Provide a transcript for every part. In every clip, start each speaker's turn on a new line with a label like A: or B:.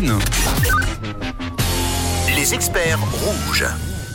A: Yvonne.
B: Les experts rouges.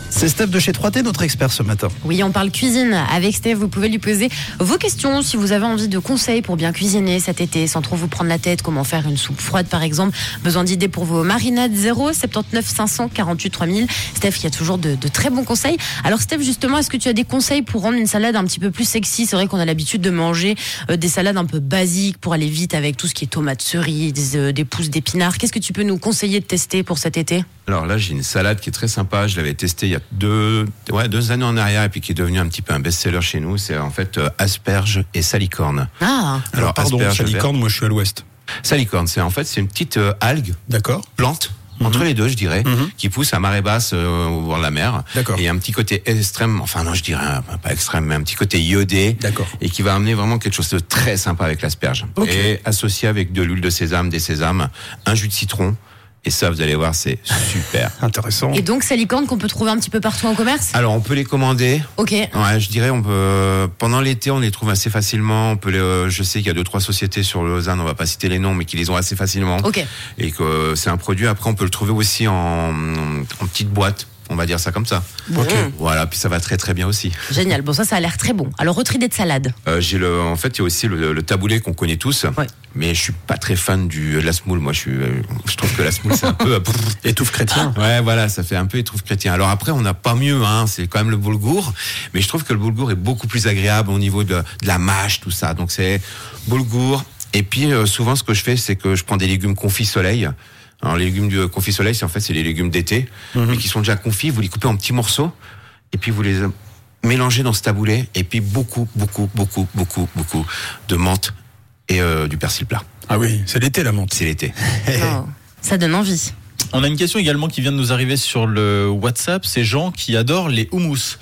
C: C'est Steph de chez 3T, notre expert ce matin.
D: Oui, on parle cuisine avec Steph. Vous pouvez lui poser vos questions si vous avez envie de conseils pour bien cuisiner cet été sans trop vous prendre la tête. Comment faire une soupe froide par exemple Besoin d'idées pour vos marinades 0 79 548 3000. Steph, il y a toujours de, de très bons conseils. Alors Steph, justement, est-ce que tu as des conseils pour rendre une salade un petit peu plus sexy C'est vrai qu'on a l'habitude de manger euh, des salades un peu basiques pour aller vite avec tout ce qui est tomates cerises, euh, des pousses d'épinards. Qu'est-ce que tu peux nous conseiller de tester pour cet été
E: Alors là, j'ai une salade qui est très sympa. Je l'avais testée il y a deux, ouais, deux années en arrière et puis qui est devenue un petit peu un best-seller chez nous. C'est en fait euh, asperges et salicorne.
D: Ah
C: Alors, pardon,
E: asperges
C: salicorne, moi je suis à l'ouest.
E: vertes. Salicorne, c'est en fait c'est une petite euh, algue
C: D'accord
E: plante.
C: Mhm.
E: Entre les deux, je dirais, qui pousse à marée basse euh, au bord de la mer.
C: D'accord.
E: Et un petit côté extrême, enfin non, je dirais euh, pas extrême, mais un petit côté iodé.
C: D'accord.
E: Et qui va amener vraiment quelque chose de très sympa avec l'asperge.
C: Ok.
E: Et associé avec de l'huile de sésame, des sésames, un jus de citron. Et ça, vous allez voir, c'est super.
C: Intéressant.
D: Et donc, salicorne qu'on peut trouver un petit peu partout en commerce
E: Alors, on peut les commander.
D: Ok.
E: Ouais, je dirais on peut pendant l'été on les trouve assez facilement. On peut les, euh, je sais qu'il y a deux trois sociétés sur Lausanne, on va pas citer les noms, mais qui les ont assez facilement.
D: Ok.
E: Et que euh, c'est un produit. Après on peut le trouver aussi en, en petite boîte. On va dire ça comme ça.
D: Ok.
E: Voilà, puis ça va très très bien aussi.
D: Génial. Bon, ça, ça a l'air très bon. Alors, retridé de salade.
E: Euh, j'ai le, en fait, il y a aussi le, le taboulé qu'on connaît tous.
D: Ouais.
E: Mais je suis pas très fan du de la semoule. Moi, je suis, euh, je trouve que la semoule c'est un peu euh,
C: Étouffe chrétien.
E: Ouais, voilà, ça fait un peu étouffe chrétien. Alors après, on n'a pas mieux, hein, c'est quand même le boulgour, mais je trouve que le boulgour est beaucoup plus agréable au niveau de, de la mâche, tout ça. Donc c'est boulgour. Et puis euh, souvent, ce que je fais, c'est que je prends des légumes confits soleil. Alors les légumes du euh, confit soleil, c'est en fait c'est les légumes d'été,
C: Mhm.
E: mais qui sont déjà confits. Vous les coupez en petits morceaux, et puis vous les euh, mélangez dans ce taboulet, et puis beaucoup, beaucoup, beaucoup, beaucoup, beaucoup de menthe et euh, du persil plat.
C: Ah oui, c'est l'été la menthe.
E: C'est l'été.
D: Oh, Ça donne envie.
F: On a une question également qui vient de nous arriver sur le WhatsApp. C'est Jean qui adore les houmous.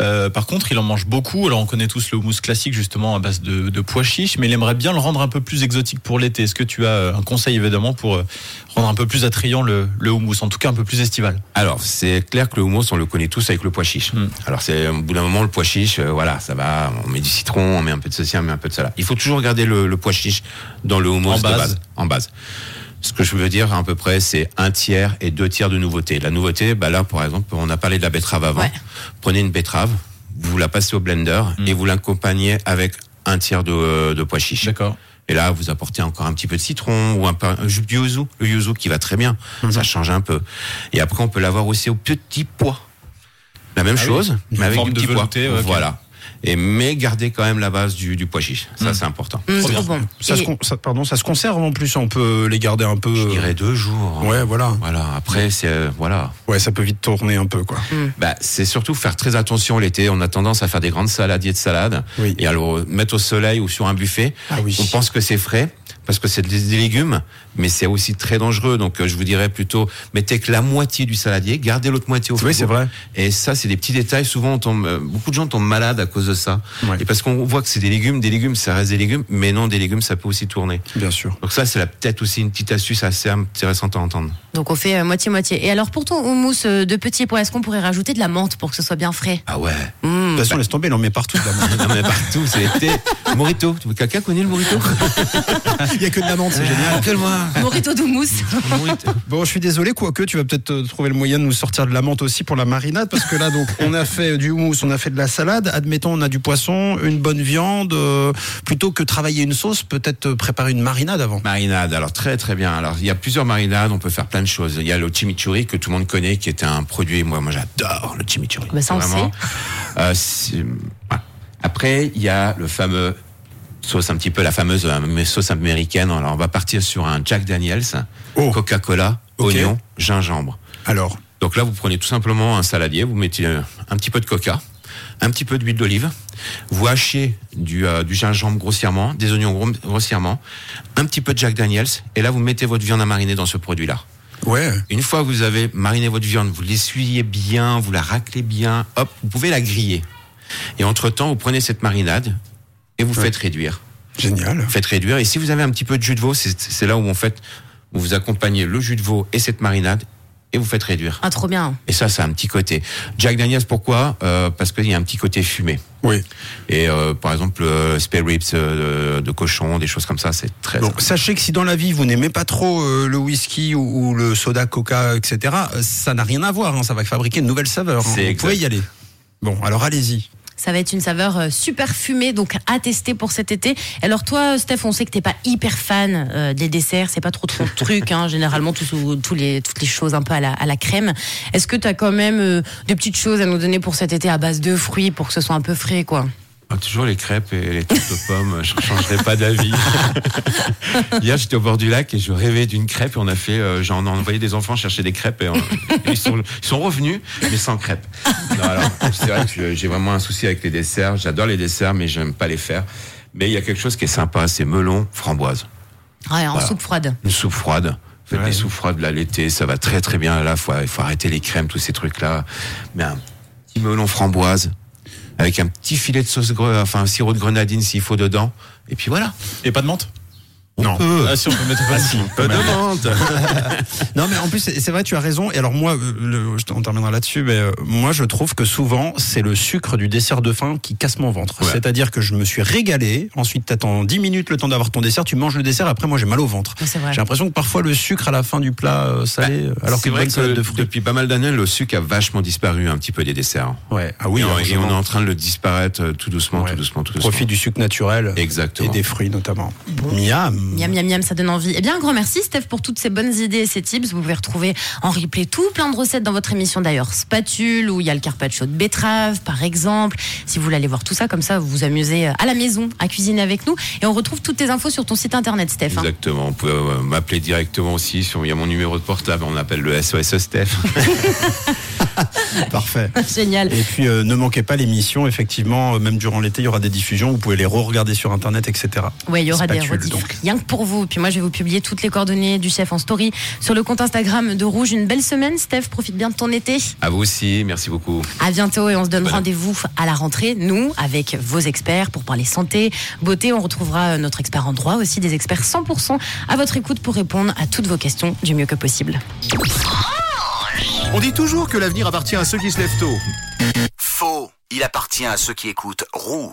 F: Euh, par contre, il en mange beaucoup. Alors, on connaît tous le houmous classique, justement, à base de, de pois chiches, mais il aimerait bien le rendre un peu plus exotique pour l'été. Est-ce que tu as euh, un conseil, évidemment, pour euh, rendre un peu plus attrayant le, le houmous, en tout cas un peu plus estival
E: Alors, c'est clair que le houmous, on le connaît tous avec le pois chiche.
F: Mm.
E: Alors, c'est au bout d'un moment, le pois chiche, euh, voilà, ça va, on met du citron, on met un peu de ceci, on met un peu de cela. Il faut toujours garder le, le pois chiche dans le houmous
F: En
E: de
F: base.
E: base, en base. Ce que je veux dire, à peu près, c'est un tiers et deux tiers de nouveauté. La nouveauté, bah là, par exemple, on a parlé de la betterave avant.
D: Ouais.
E: Prenez une betterave, vous la passez au blender
F: Mm.
E: et vous l'accompagnez avec un tiers de, euh, de pois chiche.
F: D'accord.
E: Et là, vous apportez encore un petit peu de citron ou un peu un jus de yuzu, le yuzu qui va très bien.
F: Mm-hmm.
E: Ça change un peu. Et après, on peut l'avoir aussi au petit pois. La même
F: Ah oui.
E: chose,
F: Une
E: mais avec
F: forme
E: du
F: de
E: petit pois.
F: velouté, ouais, ok.
E: Voilà. Et mais garder quand même la base du, du pois chiche. Ça, c'est important.
D: Mm,
F: Trop
D: trop
F: bien.
D: bon.
C: Ça se,
D: Et-
C: con- ça- pardon, ça se conserve en plus, on peut les garder un peu.
E: Je
C: euh,
E: dirais deux jours.
C: Ouais, voilà.
E: Voilà. Après, c'est euh, voilà.
C: Ouais, ça peut vite tourner un peu, quoi.
E: Bah, c'est surtout faire très attention l'été. On a tendance à faire des grandes saladiers de salade
C: Oui.
E: et à le mettre au soleil ou sur un buffet.
C: Ah oui.
E: On pense que c'est frais parce que c'est des des légumes, mais c'est aussi très dangereux. Donc, euh, je vous dirais plutôt mettez que la moitié du saladier, gardez l'autre moitié au frigo.
C: Oui, c'est vrai.
E: Et ça, c'est des petits détails. Souvent, on tombe, euh, beaucoup de gens tombent malades à cause de ça.
C: Ouais.
E: Et parce qu'on voit que c'est des légumes, des légumes, ça reste des légumes, mais non, des légumes, ça peut aussi tourner.
C: Bien sûr.
E: Donc ça, c'est la- peut-être aussi une petite astuce assez intéressante à entendre.
D: Donc, on fait euh, moitié-moitié. Et alors, pour ton houmous euh, de petits pois, est-ce qu'on pourrait rajouter de la menthe pour que ce soit bien frais
E: Ah ouais.
C: De toute façon, laisse tomber, il en met partout. de la menthe.
E: Non, mais partout, c'est l'été. Morito. Quelqu'un connaît le morito?
C: Il n'y a que de la menthe, c'est génial.
E: Rappelle-moi.
D: Morito d'houmous
C: Bon, je suis désolé, quoique tu vas peut-être euh, trouver le moyen de nous sortir de la menthe aussi pour la marinade, parce que là, donc, on a fait du houmous, on a fait de la salade. Admettons, on a du poisson, une bonne viande. euh, plutôt que travailler une sauce, peut-être euh, préparer une marinade avant.
E: Marinade, alors très très bien. Alors il y a plusieurs marinades, on peut faire plein de choses. Il y a le chimichurri que tout le monde connaît, qui est un produit. Moi, moi, j'adore le chimichurri.
D: Bah, ça, on le
E: Vraiment. Euh, c'est- ouais. Après, il y a le fameux sauce un petit peu la fameuse euh, mais sauce américaine. Alors on va partir sur un Jack Daniels,
C: Oh.
E: Coca-Cola,
C: Ok.
E: oignon, gingembre.
C: Alors,
E: Donc là, vous prenez tout simplement un saladier, vous mettez euh, un petit peu de coca, un petit peu d'huile d'olive, vous hachez du, euh, du gingembre grossièrement, des oignons gros- grossièrement, un petit peu de Jack Daniels, et là, vous mettez votre viande à mariner dans ce produit-là.
C: ouais.
E: Une fois que vous avez mariné votre viande, vous l'essuyez bien, vous la raclez bien, hop, vous pouvez la griller. Et entre-temps, vous prenez cette marinade et vous faites réduire
C: Génial.
E: faites réduire. Et si vous avez un petit peu de jus de veau, c'est c'est là où en fait vous accompagnez le jus de veau et cette marinade et vous faites réduire.
D: Ah, trop bien.
E: Et ça, c'est un petit côté. Jack Daniels, pourquoi Euh, Parce qu'il y a un petit côté fumé.
C: Oui.
E: Et euh, par exemple, euh, spare ribs euh, de cochon, des choses comme ça, c'est très.
C: Donc, sachez que si dans la vie vous n'aimez pas trop euh, le whisky ou, ou le soda, coca, etc., euh, ça n'a rien à voir. hein, ça va fabriquer une nouvelle saveur. hein.
E: C'est
C: Vous
E: exact.
C: pouvez y aller. Bon, alors allez-y.
D: Ça va être une saveur euh, super fumée, donc à tester pour cet été. Alors toi, Steph, on sait que t'es pas hyper fan euh, des desserts, c'est pas trop ton truc, hein, généralement tous, tous les, toutes les choses un peu à la, à la crème. Est-ce que t'as quand même euh, des petites choses à nous donner pour cet été à base de fruits, pour que ce soit un peu frais, quoi
E: Ah, toujours les crêpes et les tartes aux pommes, je ne changerai pas d'avis. Hier, j'étais au bord du lac et je rêvais d'une crêpe. Et on a fait, euh, genre, on a envoyé des enfants chercher des crêpes et, on- et ils, sont, ils sont revenus, mais sans crêpes. Non, alors, c'est vrai que je- j'ai vraiment un souci avec les desserts. J'adore les desserts, mais j'aime pas les faire. Mais il y a quelque chose qui est sympa, c'est melon, framboise,
D: Ouais, en
E: Voilà.
D: soupe froide.
E: une soupe froide. Faites
C: Ouais.
E: des soupes froides là l'été, ça va très très bien. Là, faut, il faut arrêter les crèmes, tous ces trucs-là. Mais un petit melon framboise avec un petit filet de sauce, gre- enfin un sirop de grenadine s'il faut dedans. Et puis voilà.
F: Et pas de menthe
E: Non.
F: Ah si, on peut mettre pas de menthe.
C: Bah,
E: Peu de menthe.
C: Non, mais en plus, c'est c'est vrai, tu as raison. Et alors, moi, euh, le- je- on terminera là-dessus, mais euh, moi, je trouve que souvent, c'est le sucre du dessert de faim qui casse mon ventre.
E: Ouais.
C: C'est-à-dire que je me suis régalé. Ensuite, t'attends 10 minutes le temps d'avoir ton dessert, tu manges le dessert. Après, moi, j'ai mal au ventre.
D: Ouais, c'est vrai.
C: J'ai l'impression que parfois, le sucre à la fin du plat euh, salé, euh, alors
E: C'est
C: qu'une
E: vrai
C: bonne salade
E: que
C: de fruits.
E: depuis pas mal d'années, le sucre a vachement disparu un petit peu des desserts.
C: Ouais. Ah oui,
E: et, on- et
C: largement.
E: on est en train de le disparaître euh, tout doucement,
C: Ouais.
E: tout doucement, tout doucement.
C: Profit du sucre naturel. Et
E: Exactement.
C: des fruits, notamment. Miam.
D: Miam, miam, miam, ça donne envie. Eh bien, un grand merci, Steph, pour toutes ces bonnes idées et ces tips. Vous pouvez retrouver en replay tout plein de recettes dans votre émission d'ailleurs. Spatule, où il y a le carpaccio de betterave, par exemple. Si vous voulez aller voir tout ça, comme ça, vous vous amusez euh, à la maison, à cuisiner avec nous. Et on retrouve toutes tes infos sur ton site internet, Steph. hein.
E: Exactement. On peut euh, m'appeler directement aussi. sur- Il y a mon numéro de portable. On appelle le SOS E, Steph.
C: Parfait.
D: Génial.
C: Et puis, euh, ne manquez pas l'émission, effectivement, euh, même durant l'été, il y aura des diffusions, vous pouvez les re-regarder sur Internet, etc.
D: Ouais, il y aura des
C: Spatule,
D: rediffs.
C: donc.
D: Rien que pour vous. Puis moi, je vais vous publier toutes les coordonnées du chef en story sur le compte Instagram de Rouge. Une belle semaine, Steph. Profite bien de ton été.
E: à vous aussi. Merci beaucoup.
D: À bientôt et on se donne
E: Voilà.
D: rendez-vous à la rentrée, nous, avec vos experts pour parler santé, beauté. On retrouvera euh, notre expert en droit aussi, des experts 100% à votre écoute pour répondre à toutes vos questions du mieux que possible.
A: On dit toujours que l'avenir appartient à ceux qui se lèvent tôt.
B: Faux. Il appartient à ceux qui écoutent Rouge.